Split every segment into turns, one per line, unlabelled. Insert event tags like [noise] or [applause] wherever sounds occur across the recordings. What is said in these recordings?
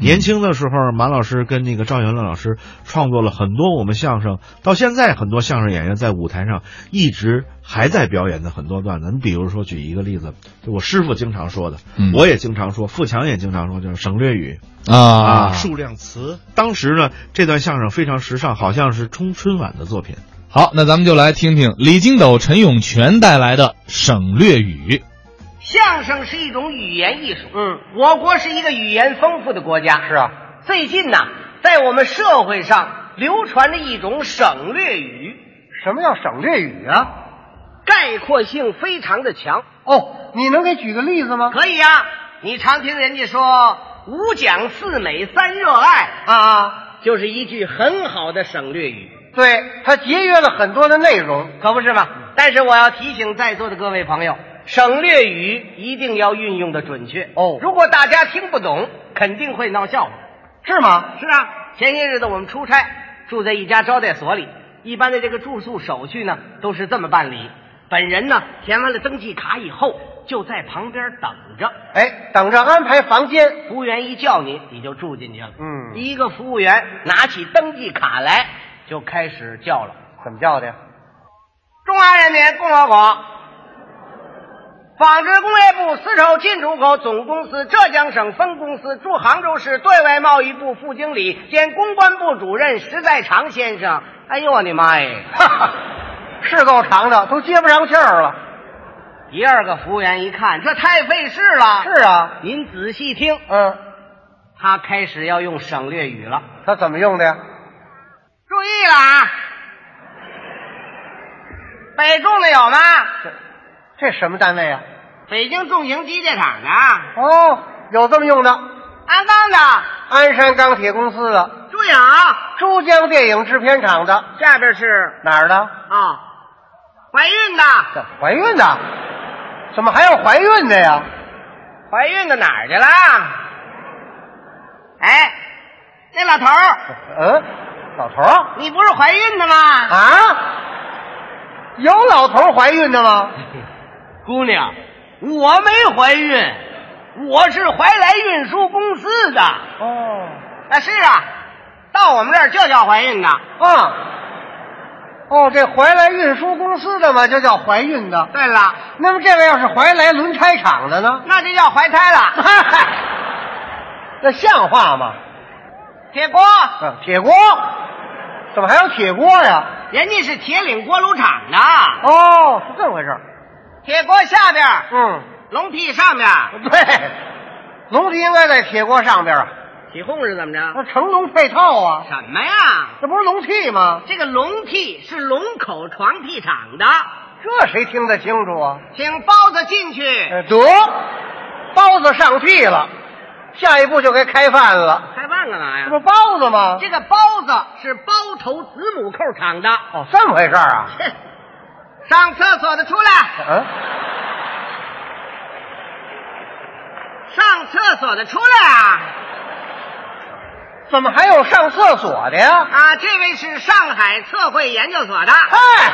年轻的时候，马老师跟那个赵元乐老师创作了很多我们相声，到现在很多相声演员在舞台上一直还在表演的很多段子。你比如说，举一个例子，就我师傅经常说的，
嗯
我也经常说，富强也经常说，就是省略语
啊，
数量词。当时呢，这段相声非常时尚，好像是冲春晚的作品。
好，那咱们就来听听李金斗、陈永泉带来的省略语。
相声是一种语言艺术。嗯，我国是一个语言丰富的国家。是啊，最近呐，在我们社会上流传着一种省略语。什么叫省略语啊？概括性非常的强。哦，你能给举个例子吗？可以呀、你常听人家说“五讲四美三热爱”啊，就是一句很好的省略语。对，它节约了很多的内容，嗯可不是嘛？但是我要提醒在座的各位朋友，省略语一定要运用的准确哦。如果大家听不懂，肯定会闹笑话，是吗？是啊。前些日子我们出差，住在一家招待所里，一般的这个住宿手续呢，都是这么办理。本人呢，填完了登记卡以后，就在旁边等着。哎，等着安排房间。服务员一叫你，你就住进去了。嗯，一个服务员拿起登记卡来，就开始叫了。怎么叫的呀？中华人民共和国纺织工业部丝绸进出口总公司浙江省分公司驻杭州市对外贸易部副经理兼公关部主任石在长先生。哎呦我的妈呀， [laughs] 是够长的，都接不上气儿了。第二个服务员一看，这太费事了。是啊，您仔细听，嗯，他开始要用省略语了。他怎么用的呀？注意了啊！北重的有吗？这这什么单位啊？北京重型机械厂的。哦，有这么用的。鞍钢的。鞍山钢铁公司的。注意啊！珠江电影制片厂的。下边是哪儿的？啊，怀孕的。怀孕的？怎么还有怀孕的呀？怀孕的哪儿去了？哎，那老头嗯，老头你不是怀孕的吗？啊？有老头怀孕的吗？ [laughs] 姑娘，我没怀孕，我是怀来运输公司的。哦，啊是啊，到我们这儿就叫怀孕的。啊，哦，这怀来运输公司的嘛，就叫怀孕的。对了，那么这位要是怀来轮胎厂的呢？那就叫怀胎了。 [laughs] 那像话吗？铁锅，嗯，铁锅，怎么还有铁锅呀？人家是铁岭锅炉厂的。哦，是这么回事。铁锅下边，嗯，笼屉上边。对，笼屉应该在铁锅上边啊。起哄是怎么着？那成龙配套啊？什么呀？这不是笼屉吗？这个笼屉是龙口床屉厂的。这谁听得清楚啊？哎请包子进去。呃得，包子上屉了，下一步就该开饭了。开饭干嘛呀？这不包子吗？这个包子是包头子母扣厂的。哦，这么回事啊？上厕所的出来。嗯。上厕所的出来啊！怎么还有上厕所的呀？啊，这位是上海测绘研究所的。哎，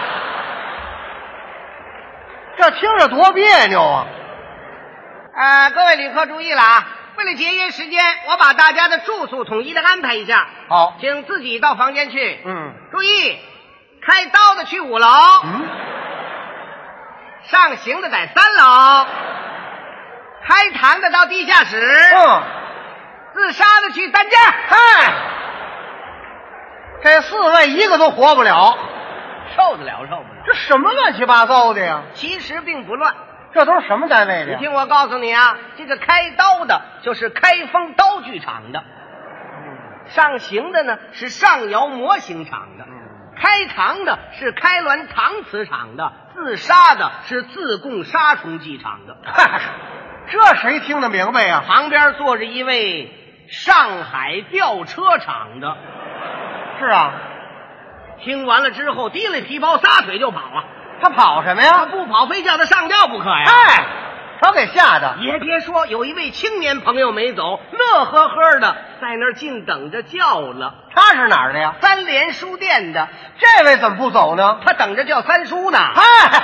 这听着多别扭啊！呃，各位旅客注意了啊！为了节约时间，我把大家的住宿统一的安排一下。好，请自己到房间去。嗯，注意，开刀的去五楼。嗯，上刑的在三楼，开膛的到地下室。嗯，自杀的去担架。嗨，这四位一个都活不了，受得了受不了。这什么乱七八糟的呀？其实并不乱。这都是什么单位的？你听我告诉你啊，这个开刀的就是开封刀具厂的，上刑的呢是上窑模型厂的，开膛的是开滦搪瓷厂的，自杀的是自贡杀虫剂厂的。这谁听得明白呀、旁边坐着一位上海吊车厂的。是啊，听完了之后，提了皮包，撒腿就跑啊！他跑什么呀？他不跑，非叫他上吊不可呀！哎，他给吓的。也别说，有一位青年朋友没走，乐呵呵的在那儿静等着叫了。他是哪儿的呀？三联书店的。这位怎么不走呢？他等着叫三叔呢。哎。